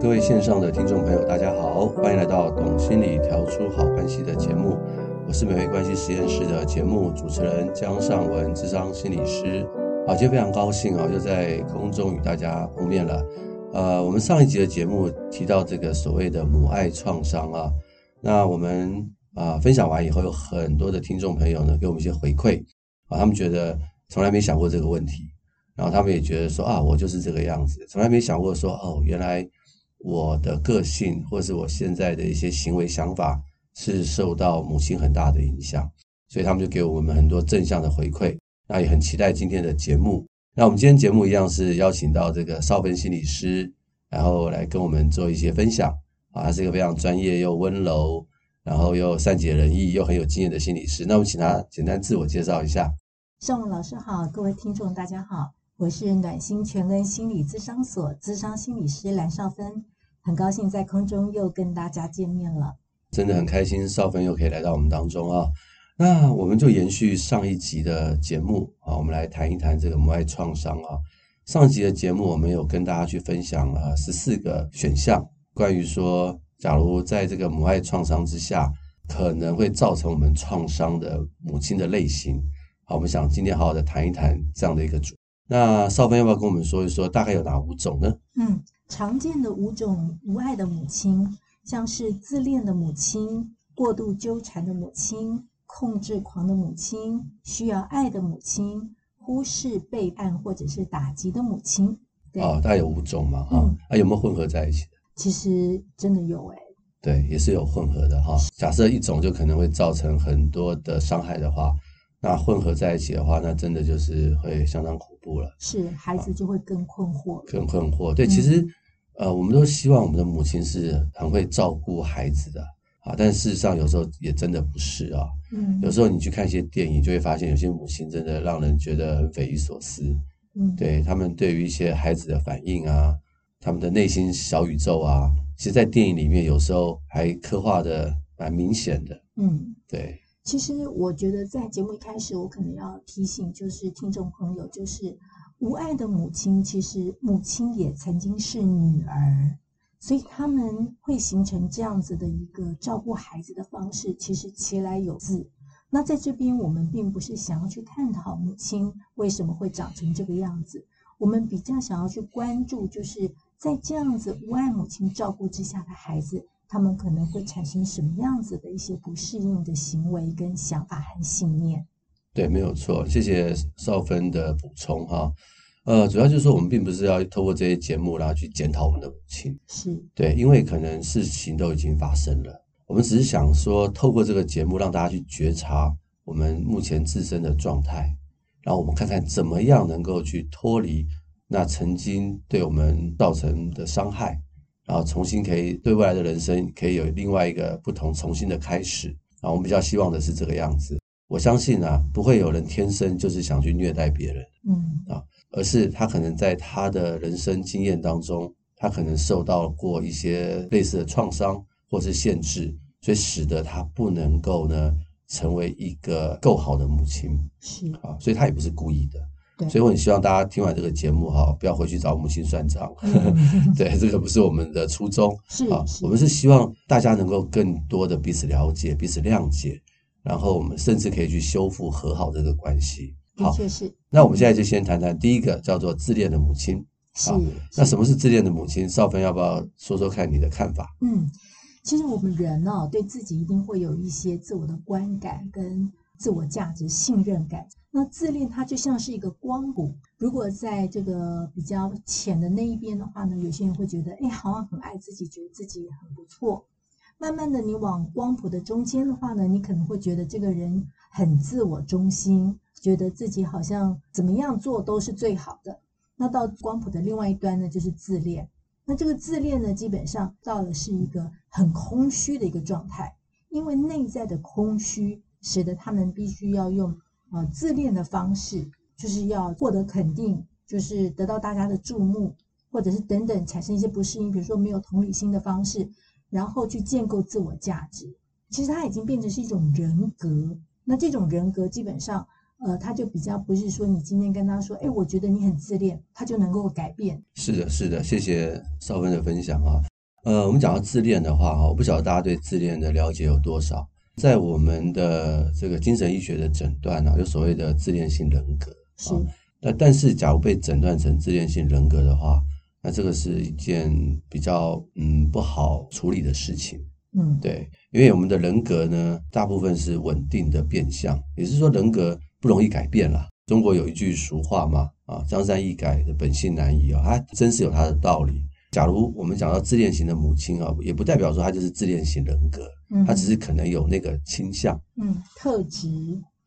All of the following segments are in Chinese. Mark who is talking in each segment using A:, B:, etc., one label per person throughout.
A: 各位线上的听众朋友，大家好，欢迎来到《懂心理调出好关系》的节目，我是美味关系实验室的节目主持人江尚文，智商心理师。好，今天非常高兴啊、哦，又在空中与大家碰面了。呃，我们上一集的节目提到这个所谓的母爱创伤啊，那我们啊、呃、分享完以后，有很多的听众朋友呢给我们一些回馈啊，他们觉得从来没想过这个问题。然后他们也觉得说啊，我就是这个样子，从来没想过说哦，原来我的个性或是我现在的一些行为想法是受到母亲很大的影响，所以他们就给我们很多正向的回馈。那也很期待今天的节目。那我们今天节目一样是邀请到这个邵芬心理师，然后来跟我们做一些分享啊，他是一个非常专业又温柔，然后又善解人意又很有经验的心理师。那我们请他简单自我介绍一下。
B: 邵文老师好，各位听众大家好。我是暖心全恩心理咨商所咨商心理师蓝少芬，很高兴在空中又跟大家见面了，
A: 真的很开心，少芬又可以来到我们当中啊。那我们就延续上一集的节目啊，我们来谈一谈这个母爱创伤啊。上集的节目我们有跟大家去分享了十四个选项，关于说，假如在这个母爱创伤之下，可能会造成我们创伤的母亲的类型。好，我们想今天好好的谈一谈这样的一个主。那少芬要不要跟我们说一说，大概有哪五种呢？
B: 嗯，常见的五种无爱的母亲，像是自恋的母亲、过度纠缠的母亲、控制狂的母亲、需要爱的母亲、忽视背叛或者是打击的母亲。对，
A: 哦，大概有五种嘛，哈、嗯，啊，有没有混合在一起的？
B: 其实真的有诶、欸。
A: 对，也是有混合的哈。假设一种就可能会造成很多的伤害的话。那混合在一起的话，那真的就是会相当恐怖了。
B: 是，孩子就会更困惑、啊，
A: 更困惑。对，嗯、其实，呃，我们都希望我们的母亲是很会照顾孩子的啊，但事实上有时候也真的不是啊。嗯，有时候你去看一些电影，就会发现有些母亲真的让人觉得很匪夷所思。嗯，对他们对于一些孩子的反应啊，他们的内心小宇宙啊，其实，在电影里面有时候还刻画的蛮明显的。嗯，对。
B: 其实我觉得，在节目一开始，我可能要提醒，就是听众朋友，就是无爱的母亲，其实母亲也曾经是女儿，所以他们会形成这样子的一个照顾孩子的方式，其实其来有自。那在这边，我们并不是想要去探讨母亲为什么会长成这个样子，我们比较想要去关注，就是在这样子无爱母亲照顾之下的孩子。他们可能会产生什么样子的一些不适应的行为、跟想法和信念？
A: 对，没有错。谢谢少芬的补充哈。呃，主要就是说，我们并不是要透过这些节目，然后去检讨我们的母亲，
B: 是
A: 对，因为可能事情都已经发生了。我们只是想说，透过这个节目，让大家去觉察我们目前自身的状态，然后我们看看怎么样能够去脱离那曾经对我们造成的伤害。然后重新可以对未来的人生可以有另外一个不同重新的开始啊，我们比较希望的是这个样子。我相信啊，不会有人天生就是想去虐待别人，嗯啊，而是他可能在他的人生经验当中，他可能受到过一些类似的创伤或是限制，所以使得他不能够呢成为一个够好的母亲，
B: 是
A: 啊，所以他也不是故意的。所以我很希望大家听完这个节目哈，不要回去找母亲算账。对，这个不是我们的初衷。
B: 嗯 是
A: 啊，我们是希望大家能够更多的彼此了解、彼此谅解，然后我们甚至可以去修复和好这个关系。
B: 好，是。
A: 那我们现在就先谈谈第一个，叫做自恋的母亲。
B: 是。
A: 那什么是自恋的母亲？少芬要不要说说看你的看法？
B: 嗯，其实我们人哦，对自己一定会有一些自我的观感跟。自我价值、信任感，那自恋它就像是一个光谷。如果在这个比较浅的那一边的话呢，有些人会觉得，哎，好像很爱自己，觉得自己很不错。慢慢的，你往光谱的中间的话呢，你可能会觉得这个人很自我中心，觉得自己好像怎么样做都是最好的。那到光谱的另外一端呢，就是自恋。那这个自恋呢，基本上到了是一个很空虚的一个状态，因为内在的空虚。使得他们必须要用呃自恋的方式，就是要获得肯定，就是得到大家的注目，或者是等等产生一些不适应，比如说没有同理心的方式，然后去建构自我价值。其实它已经变成是一种人格。那这种人格基本上，呃，他就比较不是说你今天跟他说，哎，我觉得你很自恋，他就能够改变。
A: 是的，是的，谢谢少芬的分享啊。呃，我们讲到自恋的话，哈，我不晓得大家对自恋的了解有多少。在我们的这个精神医学的诊断啊，有所谓的自恋性人格。
B: 是
A: 啊那但是，假如被诊断成自恋性人格的话，那这个是一件比较嗯不好处理的事情。
B: 嗯，
A: 对，因为我们的人格呢，大部分是稳定的变相，也就是说人格不容易改变啦。中国有一句俗话嘛，啊，江山易改，本性难移啊，它真是有它的道理。假如我们讲到自恋型的母亲啊，也不代表说她就是自恋型人格，
B: 嗯
A: 她只是可能有那个倾向。
B: 嗯特质，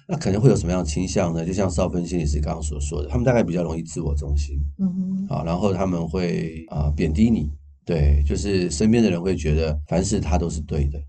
A: 那可能会有什么样的倾向呢？就像少芬心理师刚刚所说的，他们大概比较容易自我中心
B: 嗯哼，
A: 啊，然后他们会啊、贬低你，对，就是身边的人会觉得凡事他都是对的，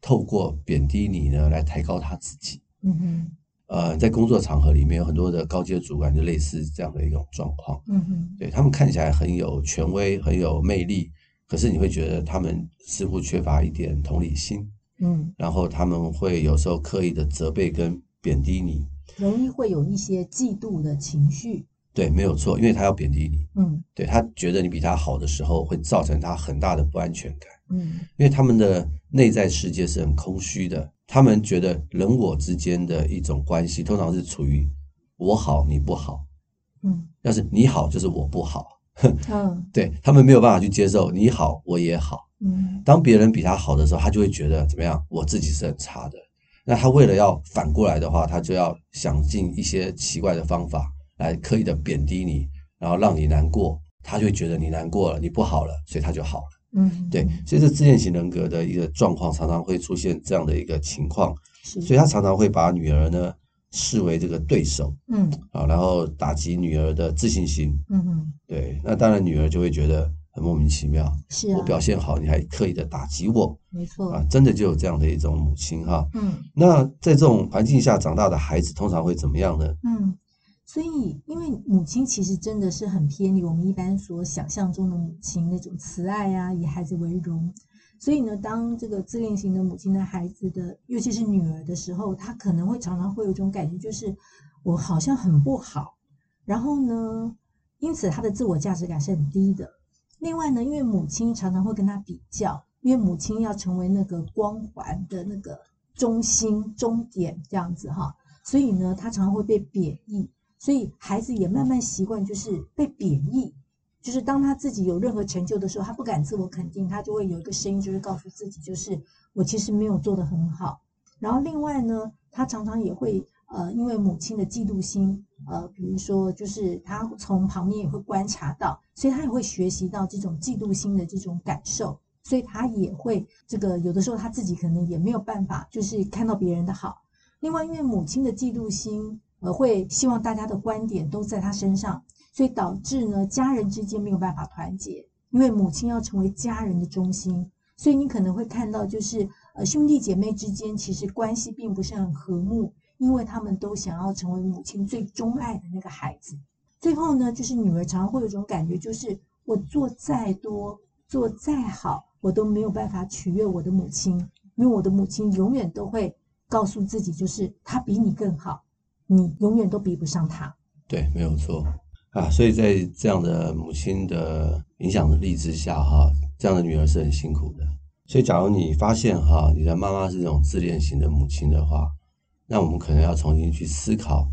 A: 透过贬低你呢来抬高他自己。
B: 嗯哼，
A: 呃，在工作场合里面有很多的高阶主管就类似这样的一种状况，
B: 嗯哼，
A: 对他们看起来很有权威、很有魅力，可是你会觉得他们似乎缺乏一点同理心，
B: 嗯，
A: 然后他们会有时候刻意的责备跟贬低你。
B: 容易会有一些嫉妒的情绪，
A: 对，没有错，因为他要贬低你，
B: 嗯
A: 对他觉得你比他好的时候，会造成他很大的不安全感，
B: 嗯
A: 因为他们的内在世界是很空虚的，他们觉得人我之间的一种关系，通常是处于我好你不好，
B: 嗯
A: 要是你好就是我不好，
B: 嗯
A: 对他们没有办法去接受你好我也好。
B: 嗯
A: 当别人比他好的时候，他就会觉得怎么样，我自己是很差的。那他为了要反过来的话，他就要想尽一些奇怪的方法来刻意的贬低你，然后让你难过，他就会觉得你难过了，你不好了，所以他就好了。
B: 嗯，
A: 对，所以这自恋型人格的一个状况常常会出现这样的一个情况，
B: 是，
A: 所以他常常会把女儿呢视为这个对手
B: 嗯
A: 啊，然后打击女儿的自信心。
B: 嗯哼，
A: 对，那当然女儿就会觉得很莫名其妙，
B: 是啊嗯
A: 我，表现好，你还刻意的打击我
B: 没错，
A: 啊，真的就有这样的一种母亲哈。
B: 嗯。
A: 那在这种环境下长大的孩子通常会怎么样呢？
B: 嗯，所以因为母亲其实真的是很偏离我们一般所想象中的母亲那种慈爱啊，以孩子为荣。所以呢，当这个自恋型的母亲的孩子的，尤其是女儿的时候，她可能会常常会有一种感觉，就是我好像很不好。然后呢，因此她的自我价值感是很低的。另外呢，因为母亲常常会跟她比较，因为母亲要成为那个光环的那个中心终点这样子哈，所以呢，他常常会被贬义，所以孩子也慢慢习惯就是被贬义，就是当他自己有任何成就的时候，他不敢自我肯定，他就会有一个声音，就会告诉自己，就是我其实没有做得很好。然后另外呢，他常常也会呃，因为母亲的嫉妒心，呃，比如说就是他从旁边也会观察到，所以他也会学习到这种嫉妒心的这种感受。所以他也会这个，有的时候他自己可能也没有办法，就是看到别人的好，另外，因为母亲的嫉妒心，呃，会希望大家的观点都在她身上，所以导致呢家人之间没有办法团结，因为母亲要成为家人的中心，所以你可能会看到，就是呃兄弟姐妹之间其实关系并不是很和睦，因为他们都想要成为母亲最钟爱的那个孩子。最后呢，就是女儿常常会有一种感觉，就是我做再多，做再好，我都没有办法取悦我的母亲。因为我的母亲永远都会告诉自己，就是她比你更好，你永远都比不上她。
A: 对，没有错啊。所以在这样的母亲的影响力之下，哈，这样的女儿是很辛苦的。所以，假如你发现哈，你的妈妈是这种自恋型的母亲的话，那我们可能要重新去思考，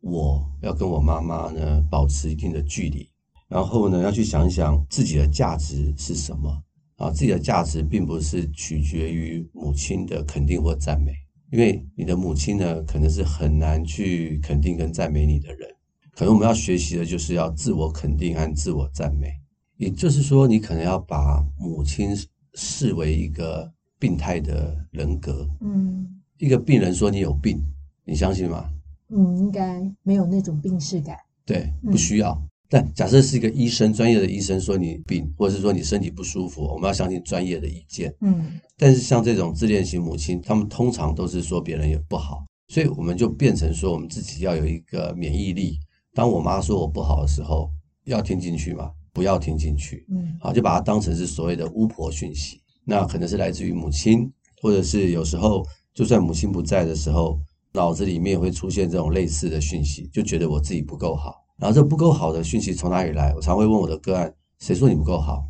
A: 我要跟我妈妈呢保持一定的距离，然后呢要去想一想自己的价值是什么啊。自己的价值并不是取决于母亲的肯定或赞美，因为你的母亲呢可能是很难去肯定跟赞美你的人。可能我们要学习的就是要自我肯定和自我赞美。也就是说，你可能要把母亲视为一个病态的人格。
B: 嗯
A: 一个病人说你有病，你相信吗？
B: 嗯，应该没有那种病视感。
A: 对，
B: 嗯
A: 不需要。但假设是一个医生，专业的医生说你病，或者是说你身体不舒服，我们要相信专业的意见。
B: 嗯
A: 但是像这种自恋型母亲，他们通常都是说别人也不好，所以我们就变成说我们自己要有一个免疫力。当我妈说我不好的时候，要听进去吗？不要听进去，
B: 嗯
A: 啊好，就把它当成是所谓的巫婆讯息。那可能是来自于母亲，或者是有时候就算母亲不在的时候，脑子里面也会出现这种类似的讯息，就觉得我自己不够好。然后这不够好的讯息从哪里来？我常会问我的个案，谁说你不够好？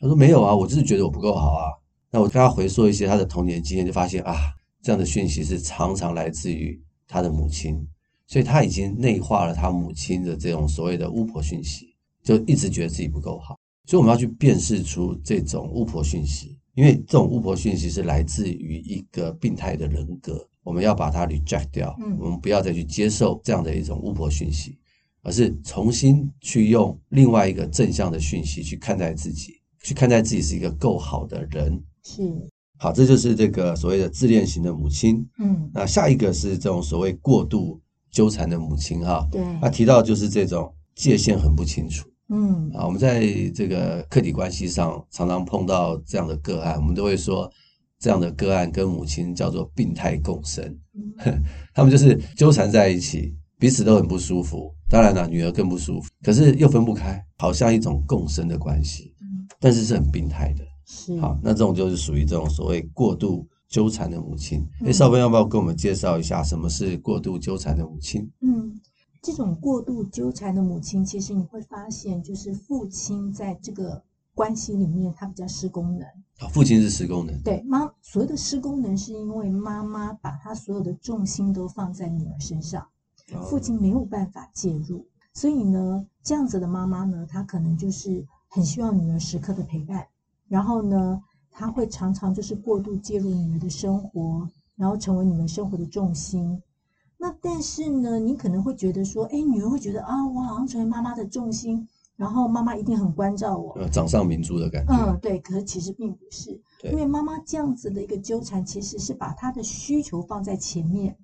A: 他说没有啊，我就是觉得我不够好啊。那我跟他回溯一些他的童年经验，就发现啊，这样的讯息是常常来自于他的母亲，所以他已经内化了他母亲的这种所谓的巫婆讯息，就一直觉得自己不够好。所以我们要去辨识出这种巫婆讯息，因为这种巫婆讯息是来自于一个病态的人格，我们要把它 reject 掉，
B: 嗯
A: 我们不要再去接受这样的一种巫婆讯息，而是重新去用另外一个正向的讯息去看待自己，去看待自己是一个够好的人。
B: 是，
A: 好，这就是这个所谓的自恋型的母亲。
B: 嗯，
A: 那下一个是这种所谓过度纠缠的母亲哈，
B: 对，
A: 那提到就是这种界限很不清楚。
B: 嗯，
A: 啊，我们在这个客体关系上常常碰到这样的个案，我们都会说这样的个案跟母亲叫做病态共生，他们就是纠缠在一起，彼此都很不舒服。当然了，女儿更不舒服，可是又分不开，好像一种共生的关系
B: 嗯，
A: 但是是很病态的。
B: 是，
A: 好，那这种就是属于这种所谓过度纠缠的母亲。诶，
B: 嗯
A: 少芬要不要跟我们介绍一下什么是过度纠缠的母亲？
B: 嗯，这种过度纠缠的母亲，其实你会发现，就是父亲在这个关系里面，他比较失功能。
A: 啊，父亲是失功能，
B: 对妈，所谓的失功能，是因为妈妈把她所有的重心都放在女儿身上，
A: 哦
B: 父亲没有办法介入，所以呢，这样子的妈妈呢，她可能就是很希望女儿时刻的陪伴，然后呢，她会常常就是过度介入女儿的生活，然后成为女儿生活的重心。那但是呢，你可能会觉得说，哎，女儿会觉得啊，我好像成为妈妈的重心，然后妈妈一定很关照我，
A: 呃，掌上明珠的感觉。
B: 嗯，对，可是其实并不是，
A: 对
B: 因为妈妈这样子的一个纠缠，其实是把她的需求放在前面，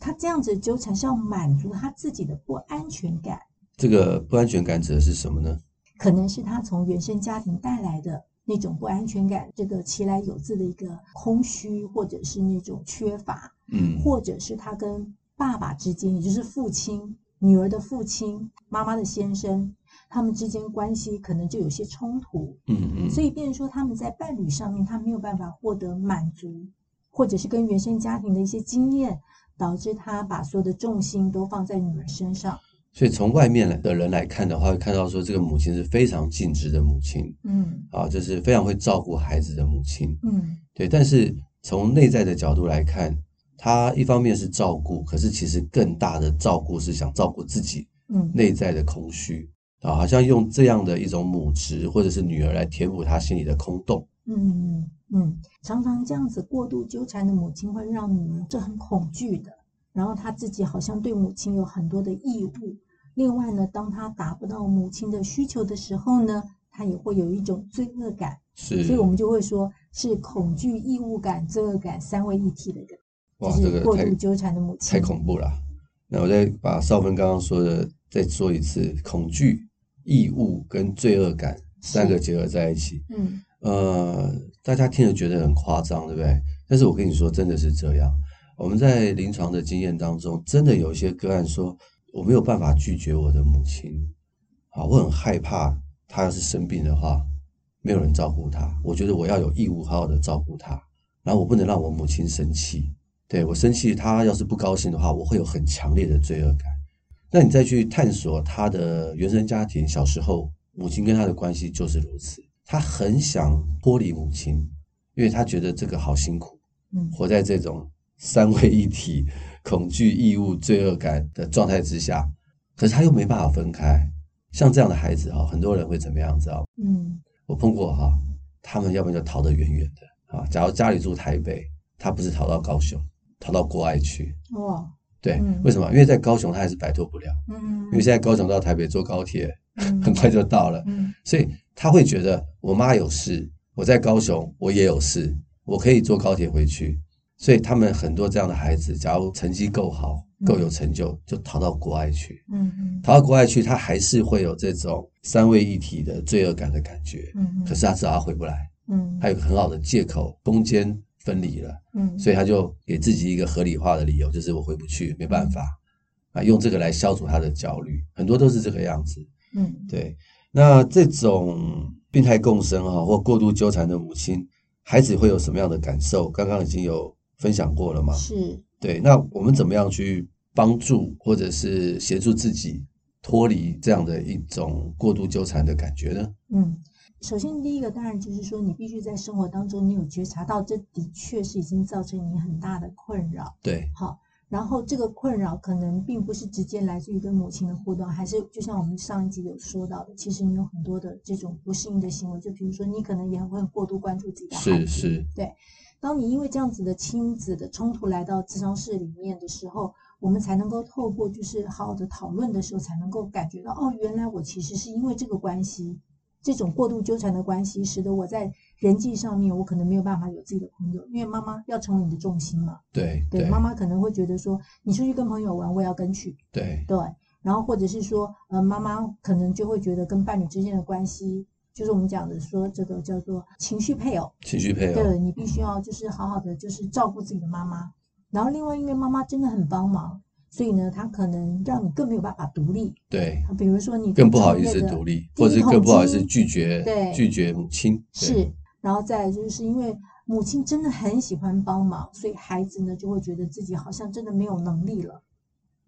B: 她这样子的纠缠是要满足她自己的不安全感，
A: 这个不安全感指的是什么呢？
B: 可能是她从原生家庭带来的那种不安全感，这个其来有自的一个空虚，或者是那种缺乏，
A: 嗯，
B: 或者是她跟爸爸之间，也就是父亲、女儿的父亲、妈妈的先生，他们之间关系可能就有些冲突。
A: 嗯嗯，
B: 所以变成说他们在伴侣上面，他没有办法获得满足，或者是跟原生家庭的一些经验，导致他把所有的重心都放在女儿身上。
A: 所以从外面来的人来看的话，会看到说这个母亲是非常尽职的母亲
B: 嗯
A: 啊，就是非常会照顾孩子的母亲。
B: 嗯，
A: 对，但是从内在的角度来看，她一方面是照顾，可是其实更大的照顾是想照顾自己
B: 嗯，
A: 内在的空虚啊，好像用这样的一种母职或者是女儿来填补她心里的空洞。
B: 嗯嗯，常常这样子过度纠缠的母亲会让女儿是很恐惧的，然后她自己好像对母亲有很多的义务。另外呢，当她达不到母亲的需求的时候呢，她也会有一种罪恶感，
A: 是，
B: 所以我们就会说是恐惧、义务感、罪恶感三位一体的一个
A: 哇，这
B: 就是
A: 个
B: 过
A: 太
B: 度纠缠的母
A: 太
B: 亲。
A: 恐怖了。那我再把少芬刚刚说的再说一次：恐惧、义务跟罪恶感三个结合在一起。
B: 嗯
A: 呃，大家听了觉得很夸张，对不对？但是我跟你说，真的是这样。我们在临床的经验当中，真的有一些个案说，我没有办法拒绝我的母亲，啊，我很害怕她要是生病的话，没有人照顾她，我觉得我要有义务好好的照顾她，然后我不能让我母亲生气，对我生气，她要是不高兴的话，我会有很强烈的罪恶感。那你再去探索他的原生家庭，小时候母亲跟他的关系就是如此。他很想脱离母亲，因为他觉得这个好辛苦，
B: 嗯
A: 活在这种三位一体、恐惧、义务、罪恶感的状态之下，可是他又没办法分开。像这样的孩子哈，很多人会怎么样？知道吗
B: 嗯
A: 我碰过哈，他们要不然就逃得远远的啊。假如家里住台北，他不是逃到高雄，逃到国外去。
B: 哇
A: 对，
B: 嗯
A: 为什么？因为在高雄他还是摆脱不了。
B: 嗯，
A: 因为现在高雄到台北坐高铁
B: 嗯
A: 很快就到了，
B: 嗯
A: 所以他会觉得我妈有事，我在高雄我也有事，我可以坐高铁回去。所以他们很多这样的孩子，假如成绩够好、
B: 嗯
A: 够有成就，就逃到国外去。
B: 嗯
A: 逃到国外去，他还是会有这种三位一体的罪恶感的感觉。
B: 嗯，
A: 可是他知道他回不来，
B: 嗯
A: 他有个很好的借口，空间分离了。
B: 嗯
A: 所以他就给自己一个合理化的理由，就是我回不去，没办法啊，用这个来消除他的焦虑，很多都是这个样子。
B: 嗯
A: 对，那这种病态共生哈、或过度纠缠的母亲，孩子会有什么样的感受？刚刚已经有分享过了嘛？
B: 是
A: 对，那我们怎么样去帮助或者是协助自己脱离这样的一种过度纠缠的感觉呢？
B: 嗯，首先，第一个当然就是说，你必须在生活当中，你有觉察到，这的确是已经造成你很大的困扰。
A: 对，
B: 好，然后这个困扰可能并不是直接来自于跟母亲的互动，还是就像我们上一集有说到的，其实你有很多的这种不适应的行为，就比如说你可能也会过度关注自己的孩
A: 是
B: 子。
A: 是，
B: 当你因为这样子的亲子的冲突来到咨商室里面的时候，我们才能够透过就是好好的讨论的时候，才能够感觉到哦，原来我其实是因为这个关系，这种过度纠缠的关系，使得我在人际上面我可能没有办法有自己的朋友，因为妈妈要成为你的重心嘛。
A: 对
B: 对，妈妈可能会觉得说，你出去跟朋友玩，我也要跟去。
A: 对
B: 对，然后或者是说，呃，妈妈可能就会觉得跟伴侣之间的关系，就是我们讲的说这个叫做情绪配偶。
A: 情绪配偶，
B: 对你必须要就是好好的就是照顾自己的妈妈，然后另外因为妈妈真的很帮忙，所以呢，她可能让你更没有办法独立，
A: 对，
B: 比如说你
A: 更不好意思
B: 创业的
A: 独立，
B: 经
A: 或者是
B: 济
A: 更不好意
B: 统
A: 思
B: 计
A: 拒绝，
B: 对
A: 拒绝母亲，对
B: 是，然后再来就是因为母亲真的很喜欢帮忙，所以孩子呢就会觉得自己好像真的没有能力了，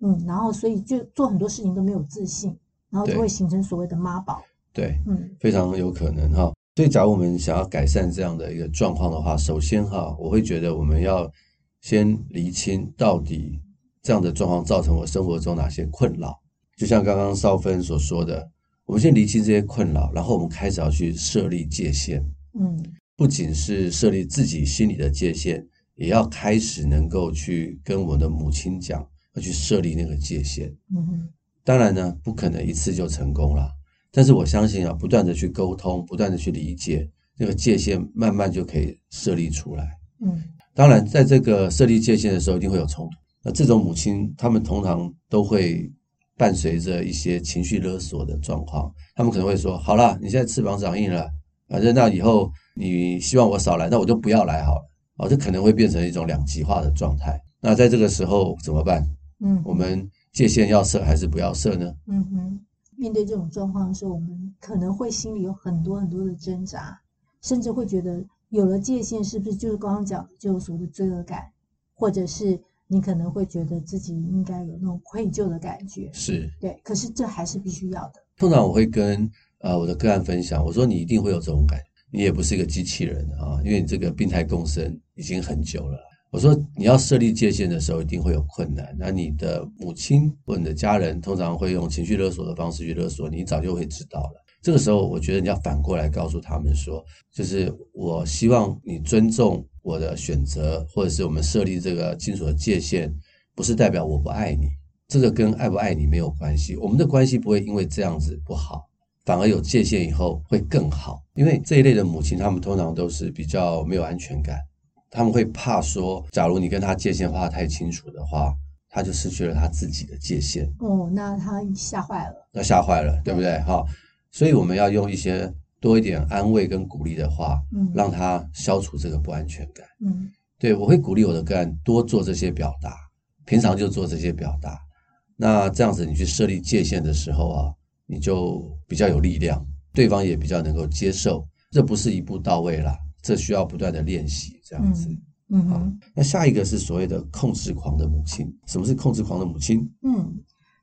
B: 嗯，然后所以就做很多事情都没有自信，然后就
A: 对
B: 会形成所谓的妈宝，
A: 对。
B: 嗯，
A: 非常有可能哈。所以，假如我们想要改善这样的一个状况的话，首先哈，我会觉得我们要先厘清到底这样的状况造成我生活中哪些困扰。就像刚刚少芬所说的，我们先厘清这些困扰，然后我们开始要去设立界限，
B: 嗯，
A: 不仅是设立自己心里的界限，也要开始能够去跟我们的母亲讲，要去设立那个界限。
B: 嗯哼，
A: 当然呢，不可能一次就成功啦。但是我相信啊，不断的去沟通，不断的去理解，那个界限慢慢就可以设立出来。
B: 嗯，
A: 当然，在这个设立界限的时候，一定会有冲突。那这种母亲，他们通常都会伴随着一些情绪勒索的状况。他们可能会说：“好啦，你现在翅膀长硬了，反正那以后你希望我少来，那我就不要来好了。”哦，这可能会变成一种两极化的状态。那在这个时候怎么办？
B: 嗯，
A: 我们界限要设还是不要设呢？
B: 嗯哼，面对这种状况的时候，我们可能会心里有很多很多的挣扎，甚至会觉得有了界限，是不是就是刚刚讲的，就有所谓的罪恶感，或者是你可能会觉得自己应该有那种愧疚的感觉。
A: 是，
B: 对，可是这还是必须要的。
A: 通常我会跟呃我的个案分享，我说你一定会有这种感觉，你也不是一个机器人啊，因为你这个病态共生已经很久了。我说你要设立界限的时候，一定会有困难。那你的母亲或你的家人通常会用情绪勒索的方式去勒索你，早就会知道了。这个时候，我觉得你要反过来告诉他们说，就是我希望你尊重我的选择，或者是我们设立这个清楚的界限，不是代表我不爱你，这个跟爱不爱你没有关系，我们的关系不会因为这样子不好，反而有界限以后会更好。因为这一类的母亲，她们通常都是比较没有安全感，他们会怕说，假如你跟她界限画得太清楚的话，她就失去了她自己的界限，
B: 哦，那他吓坏了。
A: 那吓坏了，对不对？哈，所以我们要用一些多一点安慰跟鼓励的话，
B: 嗯，
A: 让她消除这个不安全感。
B: 嗯
A: 对，我会鼓励我的个案多做这些表达，平常就做这些表达。那这样子，你去设立界限的时候啊，你就比较有力量，对方也比较能够接受。这不是一步到位啦，这需要不断的练习。这样子，
B: 嗯嗯哼
A: 那下一个是所谓的控制狂的母亲。什么是控制狂的母亲？
B: 嗯，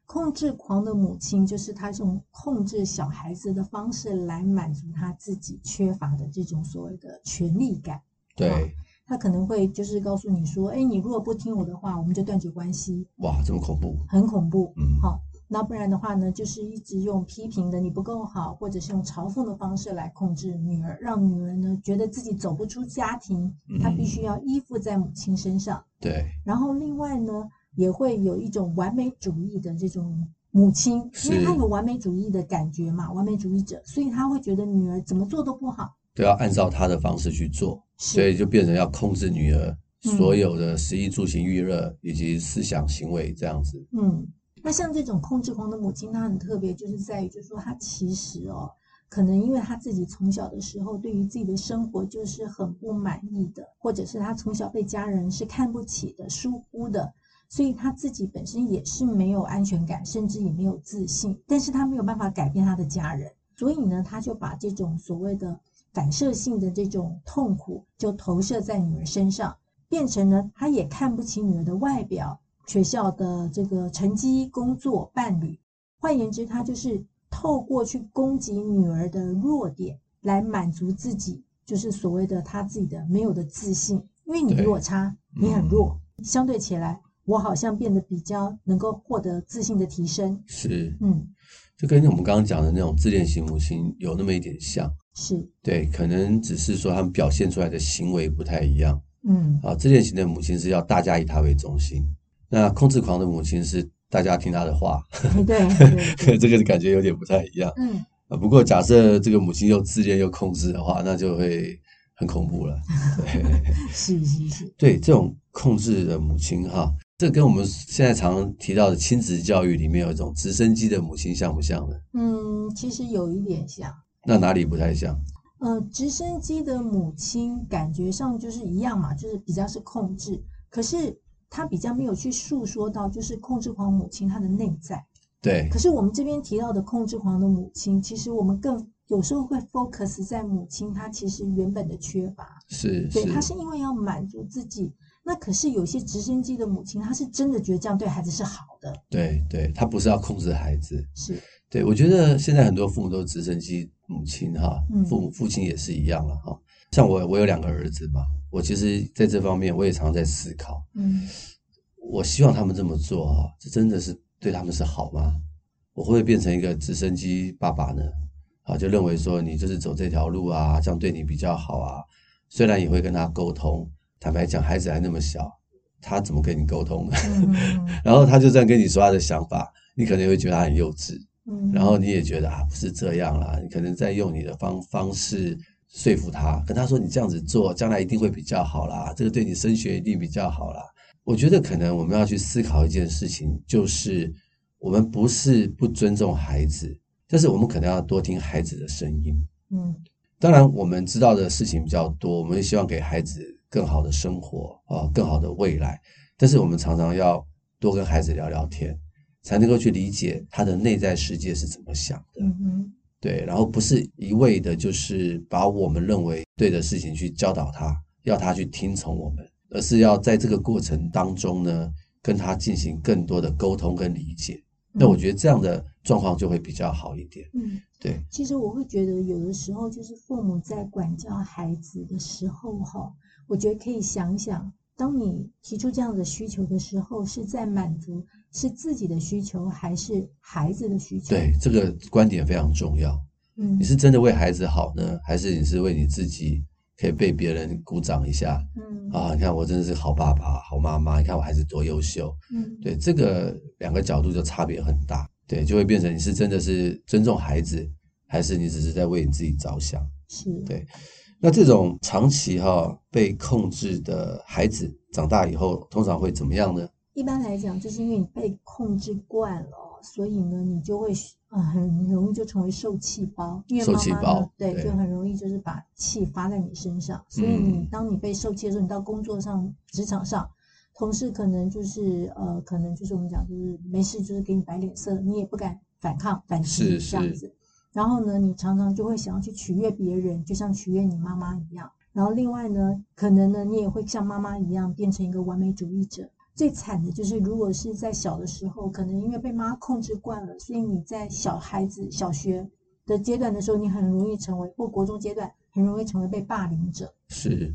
B: 控制狂的母亲就是她用控制小孩子的方式来满足她自己缺乏的这种所谓的权利感。
A: 对
B: 嗯，他可能会就是告诉你说，哎，你如果不听我的话，我们就断绝关系，
A: 哇，这么恐怖。
B: 很恐怖。
A: 嗯，
B: 好、那不然的话呢，就是一直用批评的你不够好，或者是用嘲讽的方式来控制女儿，让女儿呢觉得自己走不出家庭，她必
A: 嗯
B: 须要依附在母亲身上。
A: 对，
B: 然后另外呢，也会有一种完美主义的这种。母亲，因为
A: 是
B: 她有完美主义的感觉嘛，完美主义者，所以她会觉得女儿怎么做都不好。
A: 都要按照他的方式去做，
B: 是
A: 所以就变成要控制女儿
B: 嗯
A: 所有的食衣住行、娱乐以及思想行为这样子。
B: 嗯，那像这种控制狂的母亲，她很特别，就是在于，就是说她其实哦，可能因为她自己从小的时候对于自己的生活就是很不满意的，或者是她从小被家人是看不起的、疏忽的，所以她自己本身也是没有安全感，甚至也没有自信，但是她没有办法改变她的家人，所以呢，她就把这种所谓的反射性的这种痛苦就投射在女儿身上。变成了他也看不起女儿的外表、学校的这个成绩、工作、伴侣。换言之，他就是透过去攻击女儿的弱点来满足自己，就是所谓的他自己的没有的自信。因为你比我差，
A: 对
B: 你很弱，相对起来，我好像变得比较能够获得自信的提升。
A: 是，
B: 嗯，
A: 就跟我们刚刚讲的那种自恋型母亲有那么一点像，
B: 是，
A: 对，可能只是说他们表现出来的行为不太一样
B: 嗯，
A: 啊。自恋型的母亲是要大家以她为中心，那控制狂的母亲是大家听她的话，
B: 嗯对 对对，
A: 这个感觉有点不太一样
B: 嗯，
A: 啊。不过假设这个母亲又自恋又控制的话，那就会很恐怖了。
B: 是是是，
A: 对这种控制的母亲哈，这跟我们现在常常提到的亲子教育里面有一种直升机的母亲像不像呢？
B: 嗯，其实有一点像。
A: 那哪里不太像？
B: 呃，直升机的母亲感觉上就是一样嘛，就是比较是控制，可是她比较没有去诉说到就是控制狂母亲她的内在。
A: 对
B: 可是我们这边提到的控制狂的母亲，其实我们更有时候会 focus 在母亲她其实原本的缺乏，
A: 是
B: 对，她
A: 是
B: 是因为要满足自己。那可是有些直升机的母亲，她是真的觉得这样对孩子是好的，
A: 对对，他不是要控制孩子。
B: 是，
A: 对我觉得现在很多父母都是直升机母亲哈
B: 嗯，
A: 父母父亲也是一样了哈。像我，我有两个儿子嘛，我其实在这方面我也常常在思考，
B: 嗯
A: 我希望他们这么做哈，这真的是对他们是好吗？我会不会变成一个直升机爸爸呢？啊，就认为说你就是走这条路啊，这样对你比较好啊。虽然也会跟他沟通，坦白讲，孩子还那么小，他怎么跟你沟通呢？
B: 嗯嗯
A: 然后他就这样跟你说他的想法，你可能会觉得他很幼稚，
B: 嗯，
A: 然后你也觉得啊不是这样啦，你可能在用你的方方式说服他，跟他说你这样子做，将来一定会比较好啦，这个对你升学一定比较好啦。我觉得可能我们要去思考一件事情，就是我们不是不尊重孩子，但是我们可能要多听孩子的声音。
B: 嗯
A: 当然，我们知道的事情比较多，我们希望给孩子更好的生活啊，更好的未来。但是我们常常要多跟孩子聊聊天，才能够去理解他的内在世界是怎么想的。
B: 嗯嗯
A: 对，然后不是一味的，就是把我们认为对的事情去教导他，要他去听从我们，而是要在这个过程当中呢，跟他进行更多的沟通跟理解。那我觉得这样的状况就会比较好一点。
B: 嗯。
A: 对，
B: 其实我会觉得，有的时候就是父母在管教孩子的时候，哈，我觉得可以想想，当你提出这样的需求的时候，是在满足是自己的需求，还是孩子的需求？，
A: 对，这个观点非常重要。
B: 嗯
A: 你是真的为孩子好呢，还是你是为你自己可以被别人鼓掌一下
B: 嗯
A: 啊？你看我真的是好爸爸、好妈妈，你看我孩子多优秀。
B: 嗯，
A: 对，这个两个角度就差别很大，对，就会变成你是真的是尊重孩子，还是你只是在为你自己着想。
B: 是，
A: 对那这种长期哈、被控制的孩子，长大以后通常会怎么样呢？
B: 一般来讲，就是因为你被控制惯了哦，所以呢，你就会呃很容易就成为受气包，因为
A: 受
B: 妈
A: 气
B: 妈呢
A: 包，
B: 对，
A: 对
B: 就很容易就是把气发在你身上。所以
A: 嗯
B: 你当你被受气的时候，你到工作上、职场上，同事可能就是呃，可能就是我们讲就是没事就是给你摆脸色，你也不敢反抗、反击
A: 是
B: 这样
A: 是
B: 子。然后呢，你常常就会想要去取悦别人，就像取悦你妈妈一样。然后另外呢，可能呢，你也会像妈妈一样变成一个完美主义者。最惨的就是，如果是在小的时候，可能因为被妈控制惯了，所以你在小孩子小学的阶段的时候，你很容易成为或国中阶段很容易成为被霸凌者。
A: 是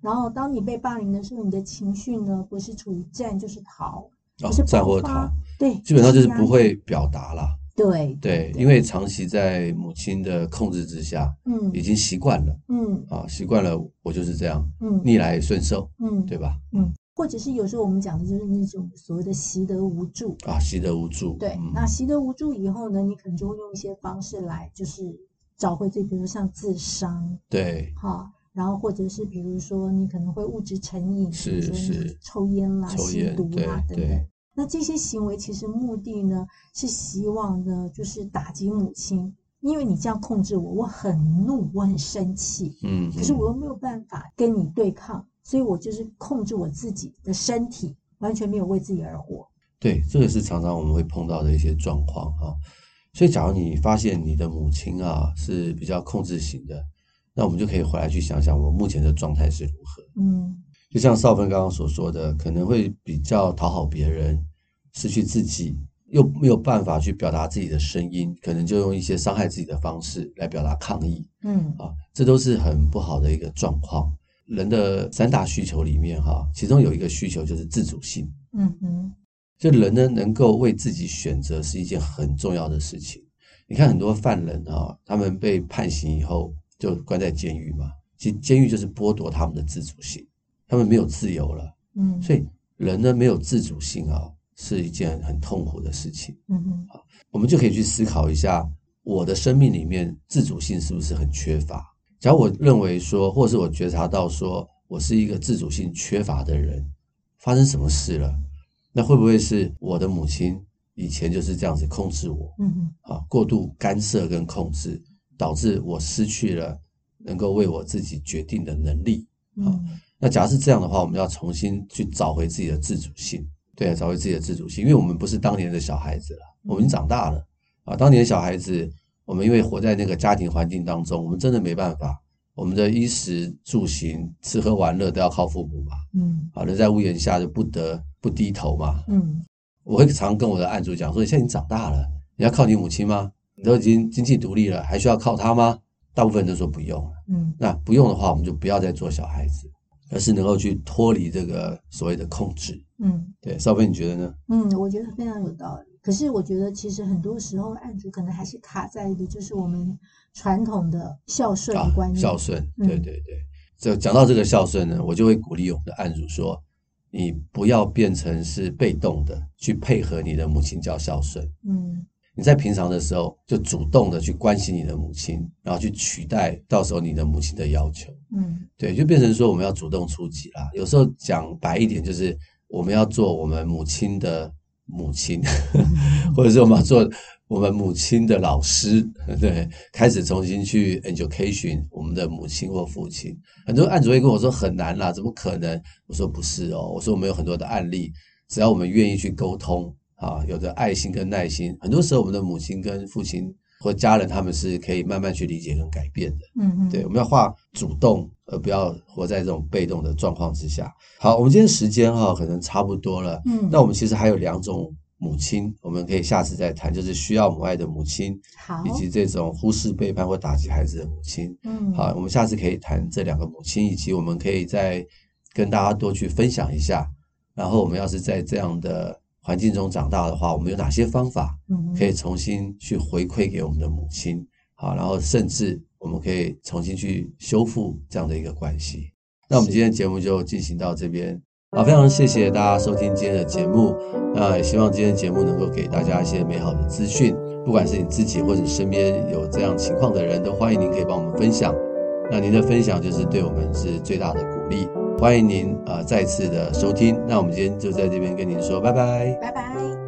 B: 然后当你被霸凌的时候，你的情绪呢不是处于战就是逃，
A: 哦
B: 不是，
A: 战或
B: 爆发
A: 逃，
B: 对，
A: 基本上就是
B: 压
A: 不
B: 抑
A: 会表达啦。
B: 对
A: 对，因为长期在母亲的控制之下，
B: 嗯
A: 已经习惯了
B: 嗯
A: 啊，习惯了我就是这样，
B: 嗯
A: 逆来顺受，
B: 嗯
A: 对吧？
B: 嗯，或者是有时候我们讲的就是那种所谓的习得无助，
A: 啊，习得无助，
B: 对，
A: 嗯
B: 那习得无助以后呢，你可能就会用一些方式来，就是找回自己，比如说像自伤
A: 对，
B: 哈，然后或者是比如说你可能会物质成瘾，比
A: 是
B: 如说你
A: 是
B: 抽烟啦、
A: 抽
B: 吸
A: 烟
B: 毒啦
A: 对
B: 等等
A: 对。
B: 那这些行为其实目的呢，是希望呢，就是打击母亲，因为你这样控制我，我很怒，我很生气，
A: 嗯，
B: 可是我又没有办法跟你对抗，所以我就是控制我自己的身体，完全没有为自己而活。
A: 对，这个是常常我们会碰到的一些状况啊。所以，假如你发现你的母亲啊是比较控制型的，那我们就可以回来去想想我目前的状态是如何。
B: 嗯
A: 就像少芬刚刚所说的，可能会比较讨好别人，失去自己，又没有办法去表达自己的声音，可能就用一些伤害自己的方式来表达抗议
B: 嗯
A: 啊，这都是很不好的一个状况。人的三大需求里面哈、其中有一个需求就是自主性，
B: 嗯哼，
A: 就人呢能够为自己选择是一件很重要的事情。你看很多犯人啊，他们被判刑以后就关在监狱嘛，其实监狱就是剥夺他们的自主性，他们没有自由了。
B: 嗯，
A: 所以人呢没有自主性啊，是一件很痛苦的事情。
B: 嗯哼，
A: 我们就可以去思考一下，我的生命里面自主性是不是很缺乏？假如我认为说，或是我觉察到说我是一个自主性缺乏的人，发生什么事了？那会不会是我的母亲以前就是这样子控制我
B: 嗯哼，
A: 啊？过度干涉跟控制，导致我失去了能够为我自己决定的能力。
B: 嗯
A: 那假如是这样的话，我们要重新去找回自己的自主性，对、啊，找回自己的自主性，因为我们不是当年的小孩子了，我们已经长大了啊。当年的小孩子，我们因为活在那个家庭环境当中，我们真的没办法，我们的衣食住行、吃喝玩乐都要靠父母嘛，
B: 嗯
A: 啊，人在屋檐下就不得不低头嘛。
B: 嗯
A: 我会常跟我的案主讲说，你现在已经长大了，你要靠你母亲吗？你都已经经济独立了，还需要靠她吗？大部分人都说不用了。
B: 嗯
A: 那不用的话，我们就不要再做小孩子，而是能够去脱离这个所谓的控制。
B: 嗯
A: 对，少芬，你觉得呢？
B: 嗯，我觉得非常有道理。可是我觉得，其实很多时候案主可能还是卡在一个，就是我们传统的孝顺的观念。
A: 啊孝顺，
B: 嗯
A: 对对对。就讲到这个孝顺呢，我就会鼓励我们的案主说，你不要变成是被动的去配合你的母亲叫孝顺，
B: 嗯
A: 你在平常的时候就主动的去关心你的母亲，然后去取代到时候你的母亲的要求。
B: 嗯
A: 对，就变成说我们要主动出击啦。有时候讲白一点，就是我们要做我们母亲的母亲， 或者是我们要做我们母亲的老师， 对，开始重新去 education 我们的母亲或父亲。很多案主会跟我说很难啦，怎么可能？我说不是哦，我说我们有很多的案例，只要我们愿意去沟通啊，有着爱心跟耐心，很多时候我们的母亲跟父亲或家人他们是可以慢慢去理解跟改变的。
B: 嗯嗯，
A: 对，我们要化主动，而不要活在这种被动的状况之下。好，我们今天时间哈、可能差不多了。
B: 嗯，
A: 那我们其实还有两种母亲，我们可以下次再谈，就是需要母爱的母亲，
B: 好，
A: 以及这种忽视、背叛或打击孩子的母亲。
B: 嗯
A: 好，我们下次可以谈这两个母亲，以及我们可以再跟大家多去分享一下。然后我们要是在这样的环境中长大的话，我们有哪些方法
B: 嗯
A: 可以重新去回馈给我们的母亲，好，然后甚至我们可以重新去修复这样的一个关系。那我们今天节目就进行到这边，好，非常谢谢大家收听今天的节目，那也希望今天的节目能够给大家一些美好的资讯，不管是你自己或者你身边有这样情况的人，都欢迎您可以帮我们分享，那您的分享就是对我们是最大的鼓励，欢迎您呃再次的收听，那我们今天就在这边跟您说拜拜。
B: 拜拜。